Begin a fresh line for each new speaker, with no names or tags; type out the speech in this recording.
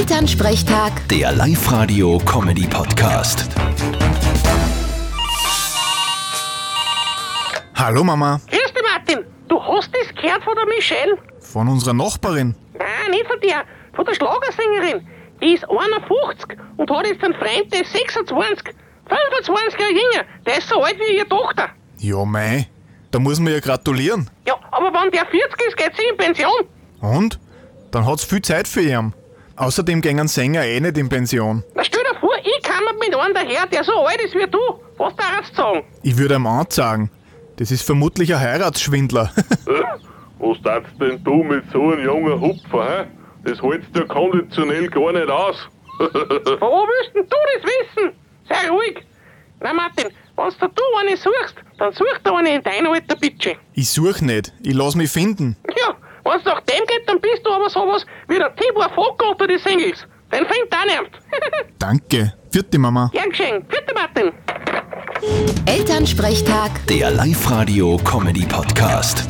Elternsprechtag,
Der Live-Radio-Comedy-Podcast.
Hallo Mama,
Grüß dich, Martin. Du hast das gehört von der Michelle?
von unserer Nachbarin.
Nein, nicht von dir. Von der Schlagersängerin. Die ist 51 und hat jetzt einen Freund, der ist 26. 25 Jahre jünger. Der ist so alt wie ihre Tochter.
Ja, mei, da muss man ihr gratulieren.
Ja, aber wenn der 40 ist, geht sie in Pension.
Und? Dann hat's viel Zeit für ihn. Außerdem gängen Sänger eh nicht in Pension.
Na stell dir vor, ich kann mit einem daher, der so alt ist wie du. Was darfst du sagen?
Ich würde ihm anzeigen. Das ist vermutlich ein Heiratsschwindler.
Was darfst denn du mit so einem jungen Hupfer, hä? Das hältst du konditionell gar nicht aus.
Von wo willst denn du das wissen? Sei ruhig. Na Martin, wenn du da eine suchst, dann such da eine in deinem Alter, bitte.
ich such nicht, ich lass mich finden.
Ja, wenn's nach dem geht, dann bist du aber sowas wie der Tibor Fock unter die Singles. Den fängt auch nicht.
Danke. Vierte Mama.
Gern geschehen. Vierte Martin.
Elternsprechtag.
Der Live-Radio-Comedy-Podcast.